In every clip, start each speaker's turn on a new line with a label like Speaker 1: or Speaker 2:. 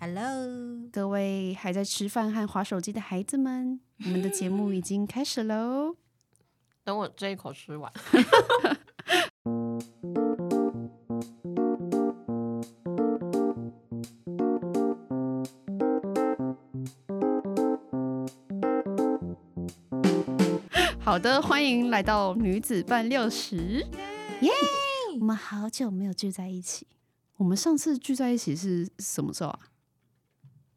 Speaker 1: Hello，
Speaker 2: 各位还在吃饭和划手机的孩子们，我们的节目已 经开始喽。
Speaker 3: 等我这一口吃完。
Speaker 2: 好的，欢迎来到女子半六十，耶！我们好久没有聚在一起，我们上次聚在一起是什么时候啊？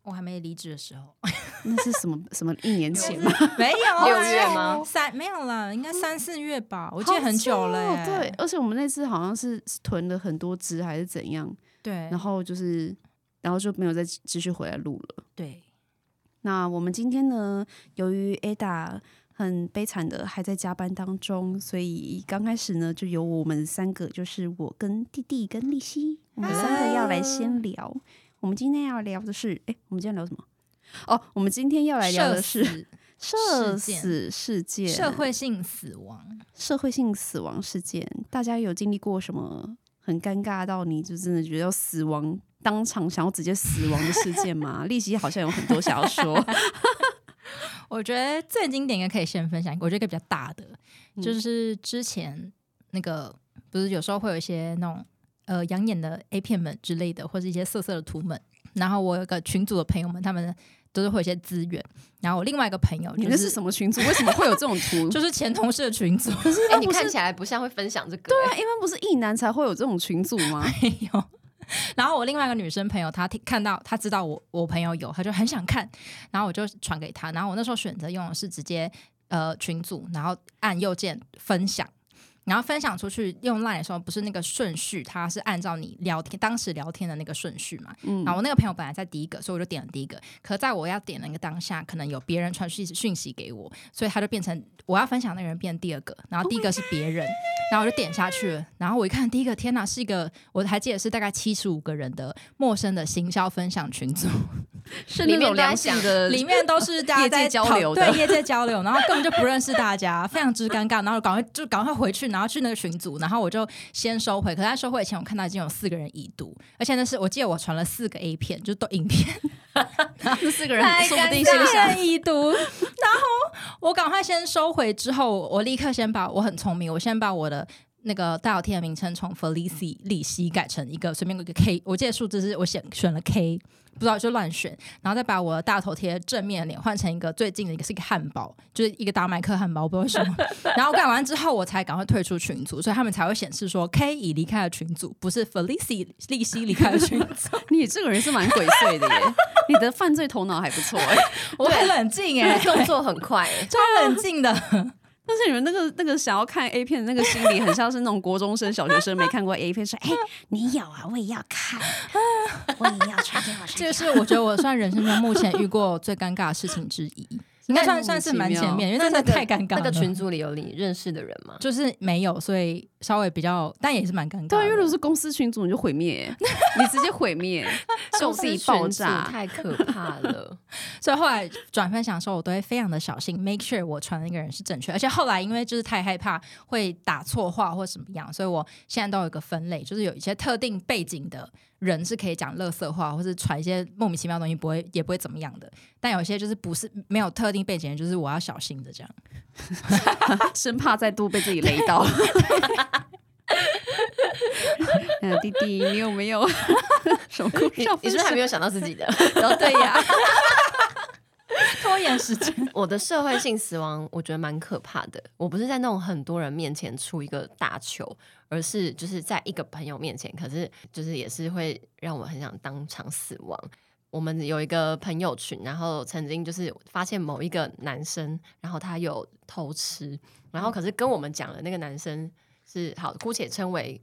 Speaker 1: 我还没离职的时 候，
Speaker 2: 那是什么什么一年前吗？
Speaker 1: 没有啊
Speaker 3: 六月吗
Speaker 1: 三没有了，应该三四月吧，我记得很久了耶、
Speaker 2: 嗯好久哦对，而且我们那次好像是囤了很多只还是怎样，
Speaker 1: 对
Speaker 2: 然后就是然后就没有再继续回来录了。
Speaker 1: 对，
Speaker 2: 那我们今天呢，由于 Ada 很悲惨的还在加班当中，所以刚开始呢，就由我们三个，就是我跟弟弟跟丽西，我们三个要来先聊。我们今天要聊的是，诶，我们今天聊什么？哦，我们今天要来聊的是
Speaker 1: 社
Speaker 2: 社
Speaker 1: 事件
Speaker 2: 死事件，
Speaker 1: 死社会性死亡，
Speaker 2: 社会性死亡事件。大家有经历过什么很尴尬到你就真的觉得要死亡，当场想要直接死亡的事件 吗？丽西好像有很多想要说。
Speaker 1: 我觉得最经典应该可以先分享一个，我觉得一个比较大的，
Speaker 2: 嗯
Speaker 1: 就是之前那个不是有时候会有一些那种呃养眼的 A 片们之类的，或是一些色色的图们。然后我有个群组的朋友们，他们都是会有一些资源。然后我另外一个朋友
Speaker 2: 你
Speaker 1: 就
Speaker 2: 那
Speaker 1: 是
Speaker 2: 是什么群组？为什么会有这种图？
Speaker 1: 就是前同事的群组，
Speaker 2: 可是一
Speaker 3: 哎、
Speaker 2: 般
Speaker 3: 你
Speaker 2: 不是
Speaker 3: 看起来不像会分享这个、
Speaker 2: 对啊，一般不是异男才会有这种群组吗？
Speaker 1: 没有。然后我另外一个女生朋友，她听看到，她知道我我朋友有，她就很想看，然后我就传给她。然后我那时候选择用的是直接呃群组，然后按右键分享，然后分享出去用 LINE 的时候，不是那个顺序，它是按照你聊天当时聊天的那个顺序嘛。
Speaker 2: 嗯
Speaker 1: 然后我那个朋友本来在第一个，所以我就点了第一个。可在我要点的那个当下，可能有别人传讯息讯息给我，所以他就变成我要分享那个人变第二个，然后第一个是别人，然后我就点下去了。然后我一看，第一个天哪，是一个我还记得是大概七十五个人的陌生的行销分享群 组，
Speaker 2: 是
Speaker 3: 里面都在想
Speaker 2: 的
Speaker 1: 里面都是大家在
Speaker 2: 业界交
Speaker 1: 讨
Speaker 2: 流的
Speaker 1: 对业界交流，然后根本就不认识大家，非常之尴尬。然后赶快就赶快回去，然后去那个群组，然后我就先收回。可是在收回前，我看到已经有四个人已读，而且那是我记得我传了四个 A 片，就都影片。
Speaker 2: 这四个人
Speaker 3: 太
Speaker 2: 说不定
Speaker 3: 尴
Speaker 2: 心
Speaker 3: 尬
Speaker 2: 里想，
Speaker 1: 人已读。 然后我赶快先收回，之后我立刻先把我很聪明，我先把我的。那个大小天的名称从 Felici 利息改成一个随便一个 K，我记得数字是我选选了 K，不知道就乱选，然后再把我的大头贴正面的脸换成一个最近的一个是一个汉堡，就是一个达麦克汉堡，我不知道为什么。 然后改完之后，我才赶快退出群组，所以他们才会显示说 K 已离开了群组，不是 Felici 利息离开了群组。
Speaker 2: 你这个人是蛮鬼祟的 耶，你的犯罪头脑还不错哎。
Speaker 1: 我很冷静哎、
Speaker 3: 动作很快、欸，
Speaker 1: 超冷静的。
Speaker 2: 但是你们那个那个想要看 A 片的那个心理，很像是那种国中生、小学生没看过 A 片，说哎、你有啊，我也要看，我也要传给我传给
Speaker 1: 这是我觉得我算人生中目前遇过最尴尬的事情之一，应该算算是蛮前 面，因为真的太尴尬了。
Speaker 3: 那个群组里有你认识的人吗？
Speaker 1: 就是没有，所以稍微比较，但也是蛮尴尬的。
Speaker 2: 对啊，因为如果是公司群组，你就毁灭 耶，你直接毁 灭，就地爆炸。
Speaker 3: 太可怕了。
Speaker 1: 所以后来转分享的时候，我都会非常的小心，make sure 我传的那个人是正确。而且后来因为就是太害怕会打错话或什么样，所以我现在都有一个分类，就是有一些特定背景的人是可以讲垃圾话，或是传一些莫名其妙的东西，不会也不会怎么样的。但有些就是不是没有特定背景的人，就是我要小心的这样。
Speaker 2: 生怕再度被自己雷 到。那哎弟弟，你有没 有什么故事
Speaker 3: 你
Speaker 2: 要
Speaker 3: 你
Speaker 2: 分
Speaker 3: 是不是还
Speaker 2: 享
Speaker 3: 没？有想到自己 的？
Speaker 1: 哦，对 呀、拖延时间。
Speaker 3: 我的社会性死亡，我觉得蛮可怕的。我不是在那种很多人面前出一个大糗，而是就是在一个朋友面前，可是就是也是会让我很想当场死亡。我们有一个朋友群，然后曾经就是发现某一个男生，然后他有偷吃，然后可是跟我们讲了那个男生是好，姑且称为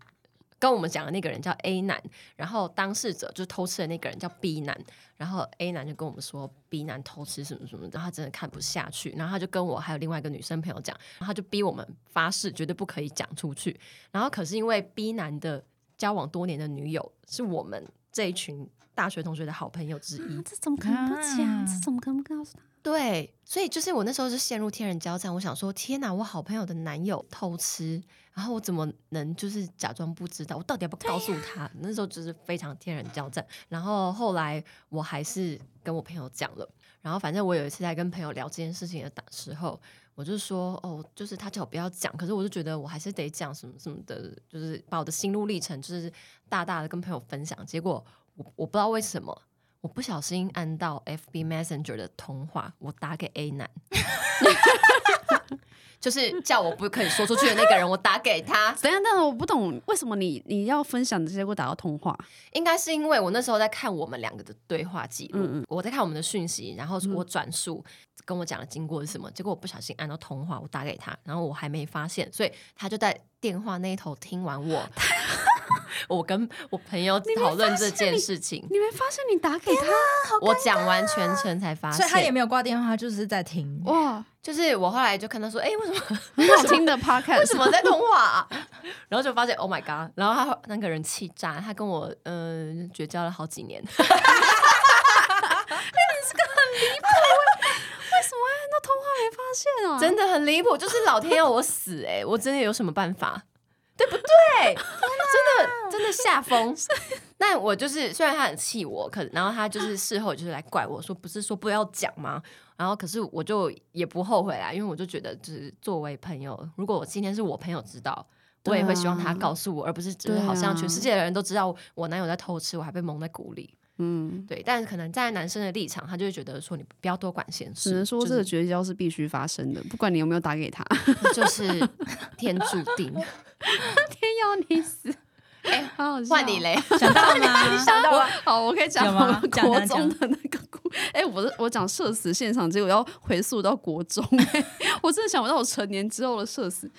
Speaker 3: 跟我们讲的那个人叫 A 男，然后当事者就是偷吃的那个人叫 B 男，然后 A 男就跟我们说 B 男偷吃什么什么，然后他真的看不下去，然后他就跟我还有另外一个女生朋友讲，然后他就逼我们发誓绝对不可以讲出去，然后可是因为 B 男的交往多年的女友是我们这一群大学同学的好朋友之一。
Speaker 2: 啊，这怎么可能不讲？
Speaker 1: 啊
Speaker 2: 这怎么可能不告诉他？
Speaker 3: 对，所以就是我那时候就陷入天人交战，我想说，天哪，我好朋友的男友偷吃，然后我怎么能就是假装不知道？我到底要不要告诉他？那时候就是非常天人交战。然后后来我还是跟我朋友讲了，然后反正我有一次在跟朋友聊这件事情的打时候，我就说，哦，就是他叫我不要讲，可是我就觉得我还是得讲什么什么的，就是把我的心路历程就是大大的跟朋友分享。结果我我不知道为什么。我不小心按到 FB Messenger 的通话，我打给 A 男， 就是叫我不可以说出去的那个人，我打给他。
Speaker 2: 等一下，但我不懂为什么你你要分享的结果打到通话，
Speaker 3: 应该是因为我那时候在看我们两个的对话记录，
Speaker 2: 嗯嗯
Speaker 3: 我在看我们的讯息，然后
Speaker 1: 嗯
Speaker 3: 我转述跟我讲的经过是什么，结果我不小心按到通话，我打给他，然后我还没发现，所以他就在电话那一头听完 我。我跟我朋友讨论这件事情，
Speaker 2: 你没发现你打给他
Speaker 3: 我讲完全程才发现，
Speaker 1: 所以他也没有挂电话，他就是在听。
Speaker 2: 哇？
Speaker 3: 就是我后来就看他说，哎、为什 么
Speaker 2: 很好听的 podcast，
Speaker 3: 为什么在通话、啊？ 然后就发现 Oh my god！然后他那个人气炸，他跟我嗯、呃绝交了好几年。
Speaker 2: 为什么会按到通话没发现啊？
Speaker 3: 真的很离谱，就是老天要我死 哎、我真的有什么办法？对不对？真的真的吓 疯。但我就是虽然他很气我，可然后他就是事后就是来怪我说，不是说不要讲吗？然后可是我就也不后悔啦，因为我就觉得就是作为朋友，如果我今天是我朋友知道。我也会希望他告诉我，而不是就是好像
Speaker 2: 啊
Speaker 3: 全世界的人都知道我男友在偷吃，我还被蒙在鼓里。
Speaker 2: 嗯，
Speaker 3: 对，但是可能站在男生的立场，他就会觉得说你不要多管闲事，
Speaker 2: 只能说
Speaker 3: 就
Speaker 2: 这
Speaker 3: 是
Speaker 2: 个绝交是必须发生的，不管你有没有打给他，
Speaker 3: 就是天注定。
Speaker 2: 天要你死！
Speaker 3: 哎
Speaker 2: 好好笑
Speaker 3: 换你。嘞，
Speaker 1: 想到吗？
Speaker 3: 想到
Speaker 2: 我
Speaker 3: 我
Speaker 2: 好，我可以讲
Speaker 1: 有
Speaker 2: 我
Speaker 1: 吗
Speaker 2: 们
Speaker 1: 讲
Speaker 2: 国
Speaker 1: 讲
Speaker 2: 中的那个故。哎、我是我讲社死现场，结果要回溯到国中、哎 我真的想不到我成年之后的社死。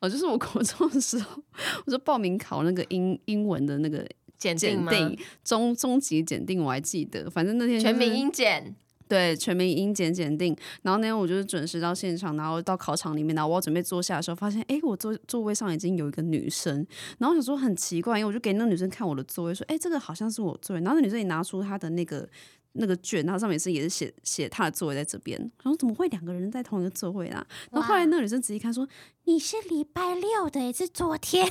Speaker 2: 哦，就是我国中的时候，我就报名考那个英英文的那个
Speaker 3: 检定
Speaker 2: 检
Speaker 3: 吗？
Speaker 2: 定，中中级检定，我还记得。反正那天、就是、
Speaker 3: 全民英检，
Speaker 2: 对，全民英检检定。然后那天我就是准时到现场，然后到考场里面，然后我要准备坐下的时候，发现哎，诶我座座位上已经有一个女生。然后我想说很奇怪，因为我就给那个女生看我的座位，说哎，诶这个好像是我座位。然后那女生也拿出她的那个。那个卷，然后上面是也是写写她的座位在这边，然后怎么会两个人在同一个座位啦、然后后来那个女生仔细看说，
Speaker 4: 你是礼拜六的，也是昨天。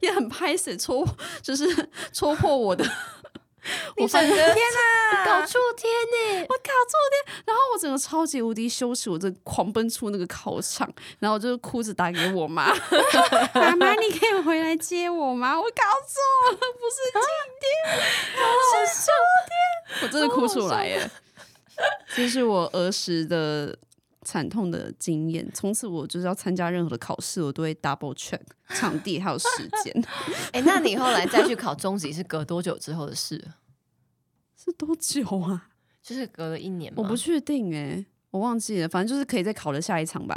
Speaker 2: 也很拍死戳， 就是戳破我的
Speaker 3: 我
Speaker 2: 发
Speaker 3: 真的天哪， 搞出天呢！
Speaker 2: 我卡住我的，然后我整个超级无敌羞耻，我就狂奔出那个考场，然后我就哭着打给我 妈，妈妈，你可以回来接我吗？我搞错了，不是今天，是昨天，我真的哭出来 耶！这是我儿时的惨痛的经验，从此我就是要参加任何的考试，我都会 double check 场地还有时 间，
Speaker 3: 哎，那你后来再去考中级是隔多久之后的事？
Speaker 2: 是多久啊？
Speaker 3: 就是隔了一年吗？
Speaker 2: 我不确定哎。我忘记了，反正就是可以再考的下一场吧。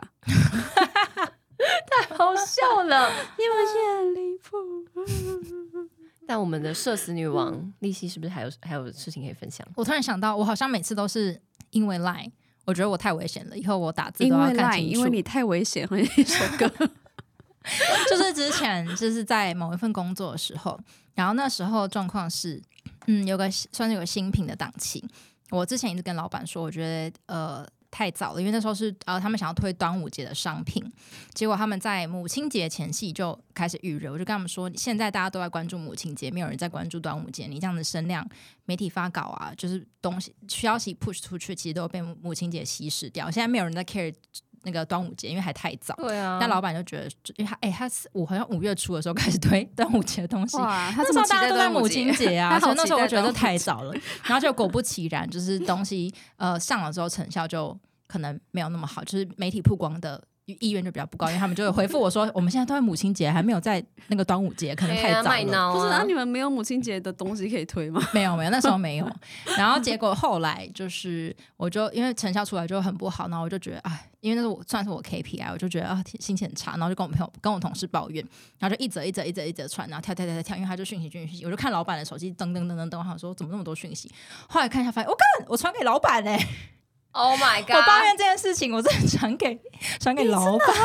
Speaker 3: 好笑了。
Speaker 2: 你们现在离谱。
Speaker 3: 但我们的社死女王丽西是不是还有还有事情可以分享？
Speaker 1: 我突然想到，我好像每次都是因为 Line，我觉得我太危险了，以后我打字
Speaker 2: 因
Speaker 1: 都要
Speaker 2: 为
Speaker 1: 看
Speaker 2: Line，
Speaker 1: 清楚。
Speaker 2: 因为你太危险，很一首歌。
Speaker 1: 就是之前就是在某一份工作的时候，然后那时候状况是，嗯，有个算是有个新品的档期，我之前一直跟老板说，我觉得呃太早了，因为那时候是呃他们想要推端午节的商品，结果他们在母亲节前夕就开始预热，我就跟他们说，现在大家都在关注母亲节，没有人在关注端午节，你这样的声量，媒体发稿啊，就是东西消息 push 出去，其实都被母亲节稀释掉，现在没有人在 care 那个端午节，因为还太早。
Speaker 3: 对啊
Speaker 2: 嗯
Speaker 1: 但老板就觉得，就因为他哎、他是我好像五月初的时候开始推 端午节的东西。
Speaker 2: 哇，他
Speaker 1: 那
Speaker 2: 这
Speaker 1: 时
Speaker 2: 么
Speaker 1: 候
Speaker 2: 期
Speaker 1: 大家
Speaker 2: 待
Speaker 1: 都在
Speaker 2: 端午
Speaker 1: 母亲节啊，
Speaker 2: 他
Speaker 1: 所
Speaker 2: 好
Speaker 1: 以那时候我
Speaker 2: 期
Speaker 1: 觉
Speaker 2: 待
Speaker 1: 得
Speaker 2: 端午
Speaker 1: 太早了。然后就果不其然，就是东西呃上了之后成效就可能没有那么好，就是媒体曝光的意愿就比较不高，因为他们就会回复我说，我们现在都在母亲节，还没有在那个端午节，可能太早
Speaker 3: 哎卖
Speaker 1: 了。
Speaker 3: 脑
Speaker 2: 不是，那
Speaker 3: 啊！
Speaker 2: 你们没有母亲节的东西可以推吗？
Speaker 1: 没有没有，那时候没有。然后结果后来就是，我就因为成效出来就很不好，然后我就觉得，哎，因为那是我算是我 KPI，我就觉得啊心情很差，然后就跟我朋友跟我同事抱怨，然后就一则一则一则一则传，然后跳跳跳跳跳，因为他就讯息讯息讯息，我就看老板的手机噔噔噔噔噔，我想说怎么那么多讯息，后来看一下发现，我、哦看我传给老板嘞、
Speaker 3: Oh my
Speaker 1: 我抱
Speaker 3: god！
Speaker 1: 怨这件事情，我真的传给传给老板，很雷耶、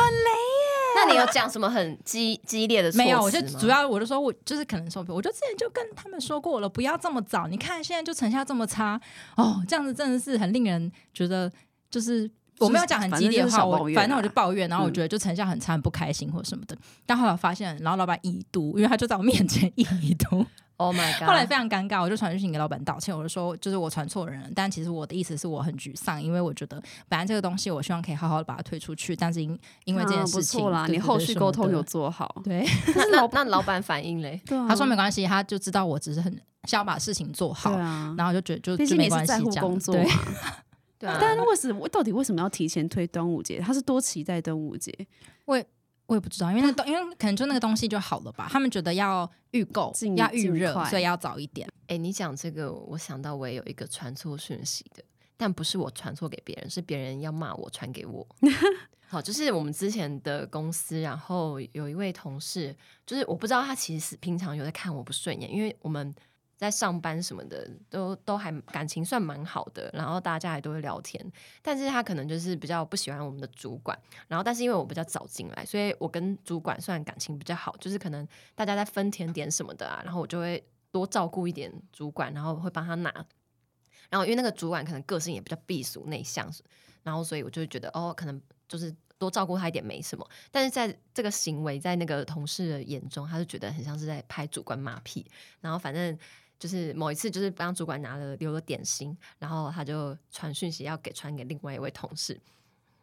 Speaker 3: 那你有讲什么很激激烈的措辞吗？
Speaker 1: 没有，我就主要我就说我就是可能受不了，我就之前就跟他们说过了，不要这么早。你看现在就成效这么差，哦，这样子真的是很令人觉得就是。我没有讲很激烈的话，
Speaker 2: 反正就是小
Speaker 1: 我
Speaker 2: 抱怨啊
Speaker 1: 反正我就抱怨，然后我觉得就成效很差，很不开心或什么的。但后来我发现，然后老板已读，因为他就在我面前 已读，
Speaker 3: Oh my
Speaker 2: 啊
Speaker 3: God！
Speaker 1: 后来非常尴尬，我就传讯息给老板道歉，我就说就是我传错人了，但其实我的意思是我很沮丧，因为我觉得本来这个东西我希望可以好好的把它推出去，但是因因为这件事情，
Speaker 2: 啊嗯不错啦，
Speaker 1: 对
Speaker 2: 你
Speaker 1: 对
Speaker 2: 后
Speaker 1: 对
Speaker 2: 续
Speaker 1: 什
Speaker 2: 沟
Speaker 1: 么
Speaker 2: 通
Speaker 1: 的
Speaker 2: 有做好。
Speaker 1: 对，
Speaker 3: 那那那老板反应嘞？
Speaker 2: 对啊
Speaker 1: 他说没关系，他就知道我只是很想要把事情做好，
Speaker 2: 对啊，
Speaker 1: 然后就觉得就
Speaker 2: 毕
Speaker 1: 就
Speaker 2: 竟你
Speaker 1: 没
Speaker 2: 也
Speaker 1: 关
Speaker 2: 是
Speaker 1: 系
Speaker 2: 在乎
Speaker 1: 这样
Speaker 2: 工作
Speaker 1: 对
Speaker 2: 嘛。
Speaker 3: 对啊，
Speaker 2: 但为什么到底为什么要提前推端午节？他是多期待端午节？
Speaker 1: 我也不知道，因为那个东，因为可能就那个东西就好了吧，他们觉得要预购
Speaker 2: 尽、
Speaker 1: 要预热
Speaker 2: 尽快，
Speaker 1: 所以要早一点。
Speaker 3: 哎、你讲这个，我想到我也有一个传错讯息的，但不是我传错给别人，是别人要骂我传给我。 好，就是我们之前的公司，然后有一位同事，就是我不知道他其实平常有在看我不顺眼，因为我们在上班什么的都都还感情算蛮好的，然后大家也都会聊天，但是他可能就是比较不喜欢我们的主管，然后但是因为我比较早进来，所以我跟主管算感情比较好，就是可能大家在分甜点什么的啊，然后我就会多照顾一点主管，然后会帮他拿。然后因为那个主管可能个性也比较避俗内向，然后所以我就会觉得哦，可能就是多照顾他一点没什么。但是在这个行为在那个同事的眼中，他就觉得很像是在拍主管马屁。然后反正就是某一次就是帮主管拿了留了点心，然后他就传讯息要给传给另外一位同事，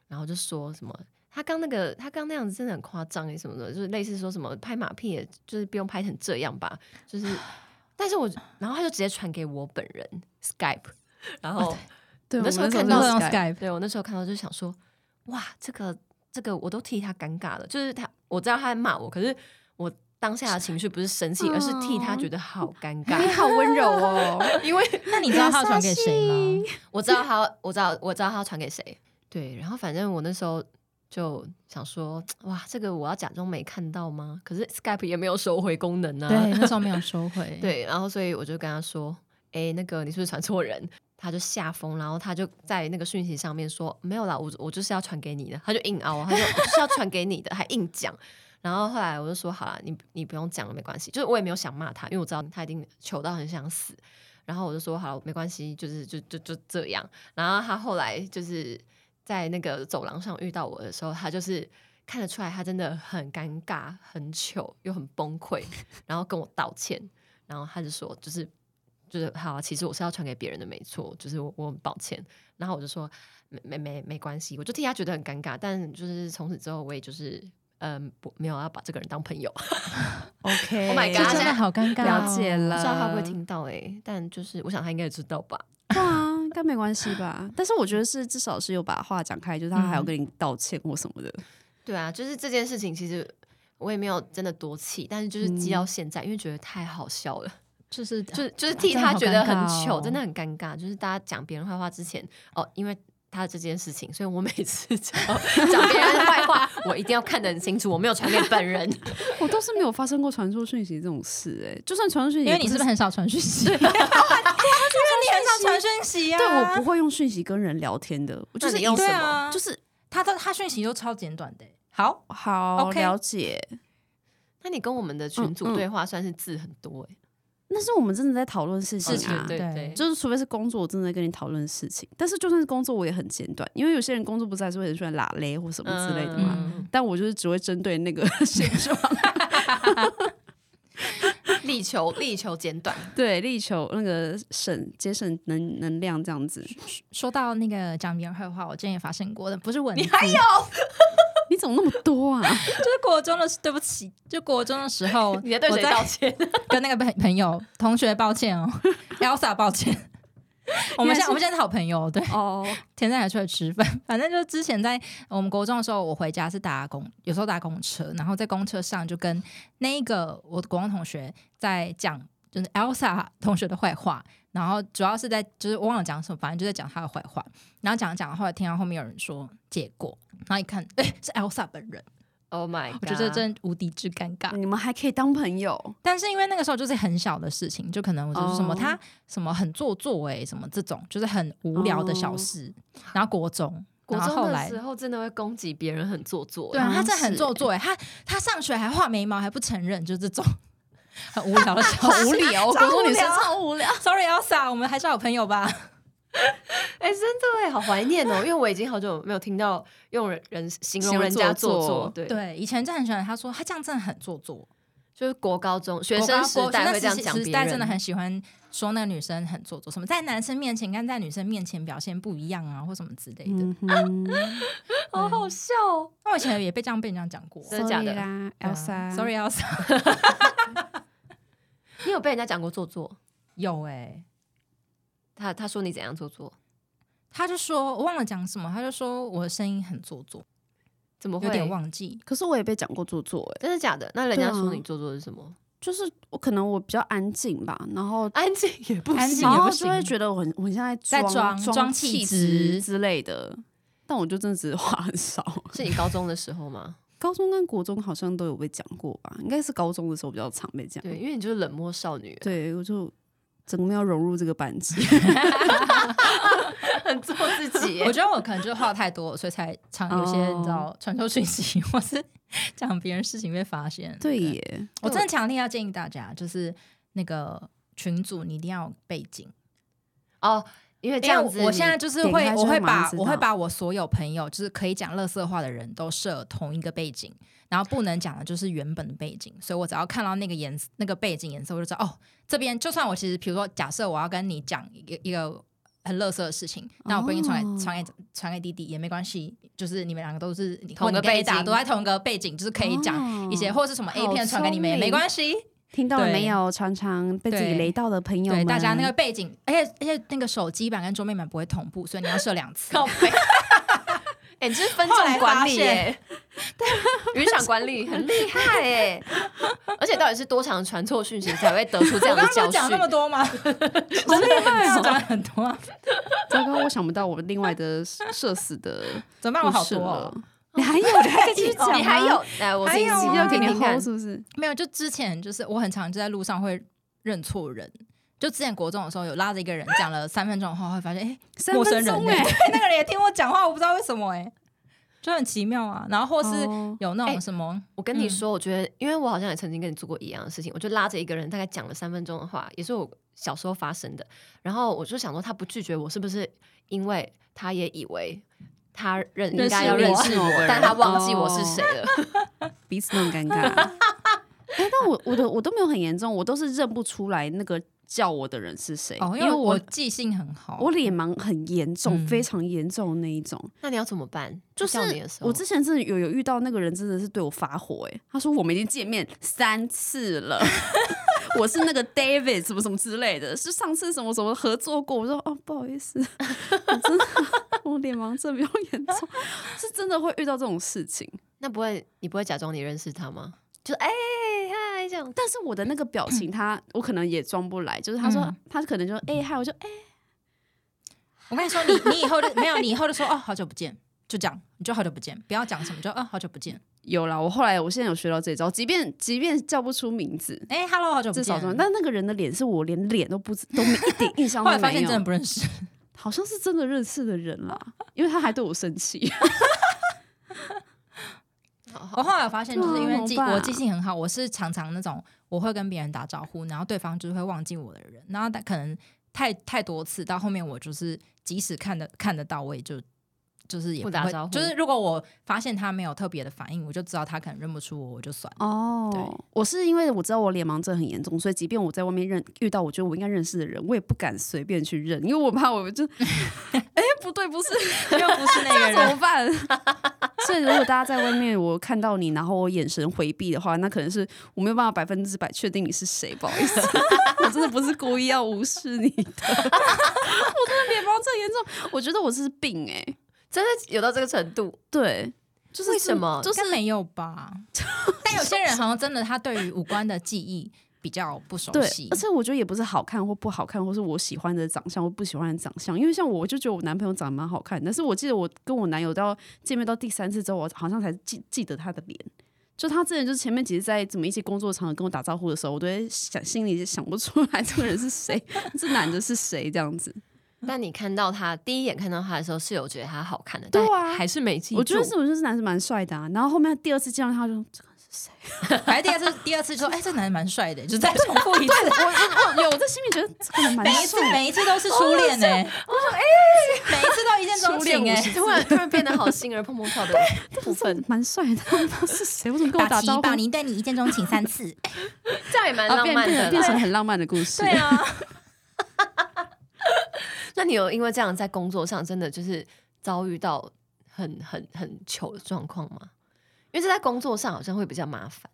Speaker 3: 然后就说什么。他刚那个，他刚那样子真的很夸张欸诶，什么的，就是类似说什么拍马屁也，就是不用拍成这样吧，就是， 但是我，然后他就直接传给我本人 Skype，然后
Speaker 2: 对
Speaker 3: 那时候
Speaker 2: 我
Speaker 3: 看
Speaker 2: 们
Speaker 3: 到
Speaker 2: 就是
Speaker 1: 用
Speaker 2: Skype
Speaker 1: Skype，
Speaker 3: 对我那时候看到就想说，哇，这个这个我都替他尴尬了，就是他我知道他在骂我，可是我当下的情绪不是生气，而是替他觉得好尴
Speaker 2: 哦你
Speaker 3: 尬，
Speaker 2: 好温柔 哦。
Speaker 3: 因为
Speaker 1: 那你知道他要传给谁吗？
Speaker 3: 我知道他要，我知道我知道他要传给谁。对，然后反正我那时候就想说，哇，这个我要假装没看到吗？可是 Skype 也没有收回功能啊。
Speaker 1: 嗯对，那时候没有收 回。
Speaker 3: 对，然后所以我就跟他说：“哎、那个你是不是传错人？”他就吓疯，然后他就在那个讯息上面说：“没有啦，我我就是要传给你的。”他就硬凹啊，他说：“我就是要传给你的，还硬讲。”然后后来我就说：“好啦，你你不用讲了，没关系。”就是我也没有想骂他，因为我知道他一定糗到很想死。然后我就说：“好了，没关系，就是就就就这样。”然后他后来就是在那个走廊上遇到我的时候，他就是看得出来，他真的很尴尬、很糗又很崩溃，然后跟我道歉。然后他就说，就是就是好啊、其实我是要传给别人的，没错，就是我我很抱歉。然后我就说没没没没关系，我就替他觉得很尴尬，但就是从此之后，我也就是嗯、不没有要把这个人当朋友，
Speaker 2: OK。
Speaker 3: Oh my
Speaker 1: 这
Speaker 3: god，
Speaker 1: 真的好尴尬哦。
Speaker 2: 了解
Speaker 3: 不
Speaker 2: 了。
Speaker 3: 知道他会不会听到哎、但就是我想他应该也知道吧。
Speaker 2: 对啊，应该没关系吧？但是我觉得是至少是有把话讲开，就是他还要跟你道歉或什么的。
Speaker 3: 对啊，就是这件事情，其实我也没有真的多气，但是就是记
Speaker 2: 嗯
Speaker 3: 到现在，因为觉得太好笑 了。
Speaker 1: 就是
Speaker 3: 就
Speaker 2: 啊
Speaker 1: 就
Speaker 3: 就是替他觉得很糗，真
Speaker 1: 真
Speaker 3: 的
Speaker 2: 哦
Speaker 1: 的
Speaker 3: 很尴尬。就是大家讲别人坏话之前，哦，因为他这件事情，所以我每次讲 讲别人坏话，我一定要看得很清楚，我没有传给本人。
Speaker 2: 我倒是没有发生过传错讯息这种事、哎，就算传错讯息，
Speaker 1: 因为你是不是很少传讯息？ 对，因为你很少传讯息啊呀。
Speaker 2: 对我不会用讯息跟人聊天的，我就是
Speaker 3: 那你用
Speaker 2: 以
Speaker 3: 什
Speaker 1: 对
Speaker 3: 么
Speaker 1: 啊，
Speaker 2: 就
Speaker 1: 就是
Speaker 2: 是
Speaker 1: 他的他讯息都超简短的欸。好，
Speaker 2: 好
Speaker 1: OK
Speaker 2: 了解。
Speaker 3: 那你跟我们的群
Speaker 2: 嗯
Speaker 3: 组
Speaker 2: 嗯
Speaker 3: 对话算是字很多哎、
Speaker 2: 那是我们真的在讨论事情
Speaker 3: 欸，
Speaker 1: 是
Speaker 2: 啊，
Speaker 3: 对
Speaker 1: 对
Speaker 3: 对，
Speaker 2: 就是除非是工作，我真的在跟你讨论事情。但是就算是工作，我也很简短，因为有些人工作不是还是会很喜欢拉勒或什么之类的嘛。
Speaker 3: 嗯
Speaker 2: 但我就是只会针对那个现状，
Speaker 3: 嗯力求力求简短，，
Speaker 2: 对，力求那个省节省能能量这样子。
Speaker 1: 说到那个讲别人坏话，我之前也发生过的，不是文字，
Speaker 2: 你怎么那么多啊？
Speaker 1: 就是国中的时，对不起，就国中的时候
Speaker 3: 你在对谁
Speaker 1: 我
Speaker 3: 道歉？
Speaker 1: 跟那个朋朋友、同学抱歉哦，Elsa 抱歉。 我们现在我们现在是好朋友，对，
Speaker 2: 哦，
Speaker 1: 前阵还出来吃饭。 反正就是之前在我们国中的时候，我回家是搭公，有时候搭公车，然后在公车上就跟那一个我国中同学在讲，就是 Elsa 同学的坏话，然后主要是在就是我忘了讲什么，反正就在讲他的坏话。然后讲着讲着，后来听到后面有人说结果，然后一看，哎、是 Elsa 本人，
Speaker 3: Oh my
Speaker 1: 我
Speaker 3: god！
Speaker 1: 觉得真无敌之尴尬。
Speaker 2: 你们还可以当朋友，
Speaker 1: 但是因为那个时候就是很小的事情，就可能我就是什么、
Speaker 2: 哦
Speaker 1: 他什么很做作哎、什么这种就是很无聊的小事。然后国中，
Speaker 3: 国
Speaker 1: 然后
Speaker 3: 中
Speaker 1: 后
Speaker 3: 的
Speaker 1: 来
Speaker 3: 时候真的会攻击别人很做作，
Speaker 1: 对啊，他
Speaker 2: 像
Speaker 1: 真的很
Speaker 2: 是
Speaker 1: 做作哎，他他上学还画眉毛，还不承认，就这种很无聊的小
Speaker 3: 好无聊，国中女生
Speaker 1: 超
Speaker 3: 超无聊。
Speaker 1: Sorry Elsa，我们还是好朋友吧。
Speaker 3: 哎、真的哎，好怀念哦，因为我已经好久没有听到用人人形
Speaker 2: 形
Speaker 3: 容
Speaker 2: 容
Speaker 3: 人家
Speaker 2: 做
Speaker 3: 做
Speaker 2: 作
Speaker 3: 作，对，
Speaker 1: 对，以前真的很喜欢他说他这样真的很做作，
Speaker 3: 就是国高中学
Speaker 1: 国
Speaker 3: 生
Speaker 1: 高
Speaker 3: 时
Speaker 1: 国
Speaker 3: 代
Speaker 1: 学
Speaker 3: 会这
Speaker 1: 生
Speaker 3: 样
Speaker 1: 时
Speaker 3: 讲
Speaker 1: 时
Speaker 3: 别
Speaker 1: 代
Speaker 3: 人，
Speaker 1: 真的很喜欢说那个女生很做作，什么在男生面前跟在女生面前表现不一样啊，或什么之类的。
Speaker 2: 嗯哼，
Speaker 3: 好好笑哦。
Speaker 1: 那我以前也被这样被人家讲过。
Speaker 3: 真的假的
Speaker 2: Sorry 啦
Speaker 1: 对啊
Speaker 2: ，Elsa。
Speaker 1: Sorry Elsa，
Speaker 3: 你有被人家讲过做作？
Speaker 1: 有哎、
Speaker 3: 他他说你怎样做作？
Speaker 1: 他就说我忘了讲什么，他就说我的声音很做作，
Speaker 3: 怎么会？
Speaker 1: 有点忘记。
Speaker 2: 可是我也被讲过做作、欸，
Speaker 3: 真的假的？那人家
Speaker 2: 对啊
Speaker 3: 说你做作是什么？
Speaker 2: 就是我可能我比较安静吧，然后
Speaker 3: 安静也不
Speaker 1: 安静
Speaker 3: 行
Speaker 2: 然
Speaker 1: 也不
Speaker 2: 后
Speaker 1: 行
Speaker 2: 就会觉得我很我很像
Speaker 1: 在
Speaker 2: 在
Speaker 1: 装装
Speaker 2: 装
Speaker 1: 气质
Speaker 2: 质之类的，但我就真的只是话很少。
Speaker 3: 是你高中的时候吗？
Speaker 2: 高中跟国中好像都有被讲过吧，应该是高中的时候比较常被讲。
Speaker 3: 对，因为你就是冷漠少女，
Speaker 2: 对，我就整个没有融入这个 班级。
Speaker 3: 很 做自 己耶
Speaker 1: 我。觉得我可能就是话太多，所以才常有些
Speaker 2: 哦
Speaker 1: 你知道传授讯息或是 讲别人事情被发现。
Speaker 2: 对耶，
Speaker 1: 我真的强烈要建议大家，就是那个群组你一定要有背景，
Speaker 3: 哦，因为这
Speaker 1: 因为
Speaker 3: 样子你，
Speaker 1: 我现在就是
Speaker 2: 点
Speaker 1: 会
Speaker 2: 开，就
Speaker 1: 我会
Speaker 2: 会马上
Speaker 1: 把
Speaker 2: 知
Speaker 1: 我会
Speaker 2: 道
Speaker 1: 把我所有朋友，就是可以讲乐色话的人都设同一个背景，然后不能讲的就是原本的背景，所以我只要看到那个颜色那个背景颜色，我就知道哦，这边就算我其实比如说假设我要跟你讲一个一个。很乐色的事情，那我不一定传给、
Speaker 2: 哦
Speaker 1: 传给传给弟弟也没关系，就是你们两个都是你
Speaker 3: 同
Speaker 1: 或你
Speaker 3: 个
Speaker 1: 跟
Speaker 3: 背
Speaker 1: A 打
Speaker 3: 景
Speaker 1: 都在同一个背景，就是可以讲一些，
Speaker 2: 哦
Speaker 1: 或是什么 A
Speaker 3: 好
Speaker 1: 片传给你们也
Speaker 3: 聪
Speaker 1: 没
Speaker 3: 明
Speaker 1: 关系，
Speaker 2: 听到了没
Speaker 1: 对
Speaker 2: 有？常常被自己
Speaker 1: 对
Speaker 2: 雷到的朋友
Speaker 1: 对
Speaker 2: 们，
Speaker 1: 大家那个背景，而且而且那个手机版跟桌面版不会同步，所以你要设两次。
Speaker 3: 靠背。哎、你这是分
Speaker 1: 后来
Speaker 3: 众
Speaker 1: 发
Speaker 3: 管理耶，渔场管理很厉害耶！ 而且到底是多长传错讯息才会得出这样
Speaker 1: 我刚
Speaker 3: 的
Speaker 1: 刚
Speaker 3: 教
Speaker 1: 有讲
Speaker 3: 训
Speaker 1: 那？么多吗？真的 很讲了很多啊，
Speaker 2: 糟糕，我想不到我另外的社死的
Speaker 1: 怎么办？我好
Speaker 2: 故事
Speaker 1: 多、
Speaker 2: 了
Speaker 1: 哦，。
Speaker 2: 你还有，你还可以继续讲吗，
Speaker 3: 你还有？来，我自己
Speaker 1: 还有啊
Speaker 3: 要
Speaker 2: 要给
Speaker 3: 听
Speaker 2: 你
Speaker 3: 听看
Speaker 2: hold。是不是？
Speaker 1: 没有，就之前就是我很常就在路上会认错人。就之前国中的时候，有拉着一个人讲了三分钟后，会发现哎、
Speaker 2: 三
Speaker 1: 陌
Speaker 2: 分
Speaker 1: 生人
Speaker 2: 钟
Speaker 1: 欸、
Speaker 2: 哎，
Speaker 1: 对，那个人也听我讲话，我不知道为什么哎、就很奇妙啊。然后 或是
Speaker 2: 哦
Speaker 1: 有那
Speaker 3: 哎
Speaker 1: 种什么，
Speaker 3: 我跟你
Speaker 1: 嗯
Speaker 3: 说，我觉得，因为我好像也曾经跟你做过一样的事情，我就拉着一个人，大概讲了三分钟的话，也是我小时候发生的。然后我就想说，他不拒绝我，是不是因为他也以为他认
Speaker 1: 认
Speaker 3: 应该
Speaker 1: 识
Speaker 3: 要
Speaker 1: 我
Speaker 3: 认识
Speaker 2: 认识我哦
Speaker 3: 我，
Speaker 2: 的
Speaker 3: 但
Speaker 2: 人
Speaker 3: 他忘记我是谁了？
Speaker 2: 彼此都很尴尬。哎，但我我的我都没有很严重，我都是认不出来那个叫我的人是谁，
Speaker 1: 哦，因
Speaker 2: 为
Speaker 1: 为我
Speaker 2: 我
Speaker 1: 记性很好，
Speaker 2: 我脸盲很严重，
Speaker 1: 嗯
Speaker 2: 非常严重的那一种。
Speaker 3: 那你要怎么办？
Speaker 2: 就是
Speaker 3: 他叫你的时候，
Speaker 2: 我之前真的有有遇到那个人，真的是对我发火哎、他说我们已经见面三次了， 我是那个 David 什么什么之类的，是上次什么什么合作过。我说哦，不好意思，我真的我脸盲症比较严重，是真的会遇到这种事情。
Speaker 3: 那不会，你不会假装你认识他吗？就哎嗨这样，
Speaker 2: 但是我的那个表 情他，我可能也装不来，就是他说、
Speaker 1: 嗯
Speaker 2: 他可能就哎嗨，我就哎、
Speaker 1: 我跟你说，你你以后就没有，你以后就说哦，好久不见，就这样，你就好久不见，不要讲什么，就哦，好久不见，
Speaker 2: 有啦。我后来我现在有学到这一招，即便即便叫不出名字，
Speaker 1: 哎、h e l l o 好久不
Speaker 2: 至少装。
Speaker 1: 见。
Speaker 2: 但那个人的脸是我连脸都不知，都没一点印象
Speaker 1: 后
Speaker 2: 都
Speaker 1: 来发
Speaker 2: 没
Speaker 1: 现真
Speaker 2: 有
Speaker 1: 的。不认识，
Speaker 2: 好像是真的认识的人啦，因为他还对我 生气。
Speaker 3: 好好
Speaker 2: 哦
Speaker 1: 我后来发现，就是因为记
Speaker 2: 对啊怎么办啊
Speaker 1: 我记性很好，我是常常那种我会跟别人打招呼，然后对方就是会忘记我的人，然后他可能太太多次，到后面我就是即使看得看得到，我也就就是也
Speaker 3: 不
Speaker 1: 会
Speaker 3: 打招呼
Speaker 1: 就是如果我发现他没有特别的反应，我就知道他可能认不出我，我就算了。
Speaker 2: 哦，我是因为我知道我脸盲症很严重，所以即便我在外面认遇到我觉得我应该认识的人，我也不敢随便去认，因为我怕我就， 哎、不对，不是，
Speaker 1: 又不是那个
Speaker 2: 怎
Speaker 1: 人，
Speaker 2: 么办？所以如果大家在外面我看到你，然后我眼神回避的话，那可能是我没有办法百分之百确定你是谁，不好意思， 我真的不是故意要无视你的， 我真的脸盲症严重，我觉得我是病哎、
Speaker 3: 真的有到这个程度，
Speaker 2: 对。就是
Speaker 3: 为什么？
Speaker 1: 就是没有吧？但有些人好像真的，他对于五官的记忆比较不熟
Speaker 2: 对
Speaker 1: 悉，
Speaker 2: 而。且我觉得也不是好看或不好看，或是我喜欢的长相或不喜欢的长相。因为像我，我就觉得我男朋友长得蛮好看，但是我记得我跟我男友到见面到第三次之后，我好像才记记得他的脸。就他之前就是前面几次在怎么一些工作场合跟我打招呼 的时候，我都会想心里就想不出来这个人是谁，这男的是谁这样子。
Speaker 3: 但你看到他第一眼看到他的时候是有觉得他好看的，
Speaker 2: 对
Speaker 3: 但
Speaker 2: 啊
Speaker 3: 还是没记住。
Speaker 2: 我觉得是我就是男生蛮帅的啊。然后后面第二次见到他就，这个人是谁？
Speaker 1: 反正第二次，第二次就说，哎、这男人蛮帅的，就再重复一次。
Speaker 2: 我我有我在心里觉得这个人蛮
Speaker 1: 每一次，
Speaker 2: 帅的。
Speaker 1: 每一次都是初恋呢、我说，哎、每一次都一见钟情哎、
Speaker 2: 欸
Speaker 3: 突 然突然变得好心儿碰碰跳的部分，
Speaker 2: 蛮帅的，不知道是谁？为什么跟我打
Speaker 1: 齐
Speaker 2: 招呼？
Speaker 1: 吧，你对你一见钟情三次，
Speaker 3: 这样也蛮
Speaker 2: 啊，
Speaker 3: 浪
Speaker 2: 变
Speaker 3: 漫
Speaker 2: 变
Speaker 3: 的
Speaker 2: 成变成
Speaker 3: 啦。
Speaker 2: 很浪漫的故事。
Speaker 1: 对啊，
Speaker 3: 那你有因为这样在工作上真的就是遭遇到很很很糗的状况吗？因为这在工作上好像会比较麻烦。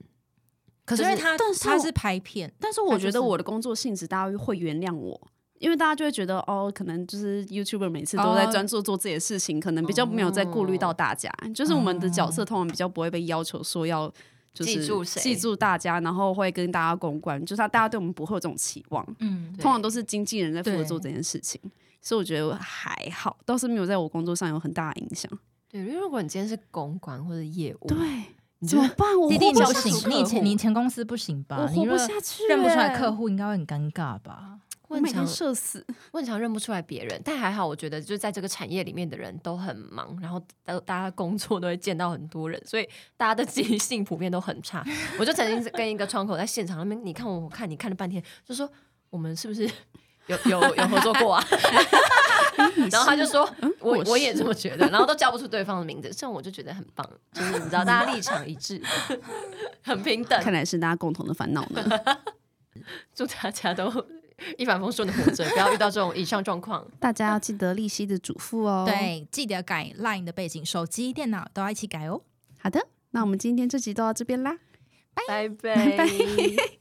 Speaker 1: 可是因为他
Speaker 2: 但是我
Speaker 1: 他是拍片，
Speaker 2: 但是
Speaker 3: 他
Speaker 2: 我
Speaker 3: 就
Speaker 2: 觉
Speaker 3: 是
Speaker 2: 得我的工作性质，大家会原谅我，因为大家就会觉得哦，可能就是 YouTuber 每次都在
Speaker 1: 哦
Speaker 2: 专注做自己的事情，可能比较没有在顾虑到大家。就是我们的角
Speaker 1: 哦
Speaker 2: 色通常比较不会被要求说要就是
Speaker 3: 记住谁
Speaker 2: 记住大家，然后会跟大家公关，就是大家对我们不会有这种期望。
Speaker 1: 嗯，
Speaker 3: 对
Speaker 2: 通常都是经纪人在负责
Speaker 1: 对
Speaker 2: 做这件事情，所以我觉得还好，倒是没有在我工作上有很大的影响。
Speaker 3: 对，因为如果你今天是公关或者业务，
Speaker 2: 对，
Speaker 3: 你
Speaker 2: 怎
Speaker 3: 就
Speaker 2: 么办？我
Speaker 1: 弟
Speaker 2: 活
Speaker 1: 弟
Speaker 2: 不
Speaker 1: 你
Speaker 2: 下
Speaker 1: 不
Speaker 3: 是
Speaker 1: 行，
Speaker 3: 客
Speaker 1: 你以前
Speaker 3: 户
Speaker 1: 你以前公司不行吧？
Speaker 2: 我
Speaker 1: 你
Speaker 2: 活
Speaker 1: 如
Speaker 2: 不
Speaker 1: 果
Speaker 2: 下去，
Speaker 1: 认不出来客，户应该会很尴尬吧？
Speaker 2: 我
Speaker 3: 问
Speaker 2: 每
Speaker 3: 常
Speaker 2: 天社死。
Speaker 3: 我很常认不出来别人，但还好，我觉得就是在这个产业里面的人都很忙，然后大大家工作都会见到很多人，所以大家的记忆性普遍都很差。我就曾经跟一个窗口在现场那边，你看我，我看你看了半天，就说我们是不是有有有合作过啊？ 然后他就说，我
Speaker 2: 我
Speaker 3: 我也这么觉得，然后都叫不出对方的名字，这种我就觉得很棒，就是你知道大家立场一致，很平等，
Speaker 2: 看来是大家共同的烦恼 呢。
Speaker 3: 祝大家都 一帆风顺的活着，不要遇到这种以上状况。
Speaker 2: 大家要记得利息的嘱咐哦。，
Speaker 1: 对，记得改 Line 的背景，手机、电脑都要一起改哦。
Speaker 2: 好的，那我们今天这集都到这边啦。
Speaker 3: 拜拜。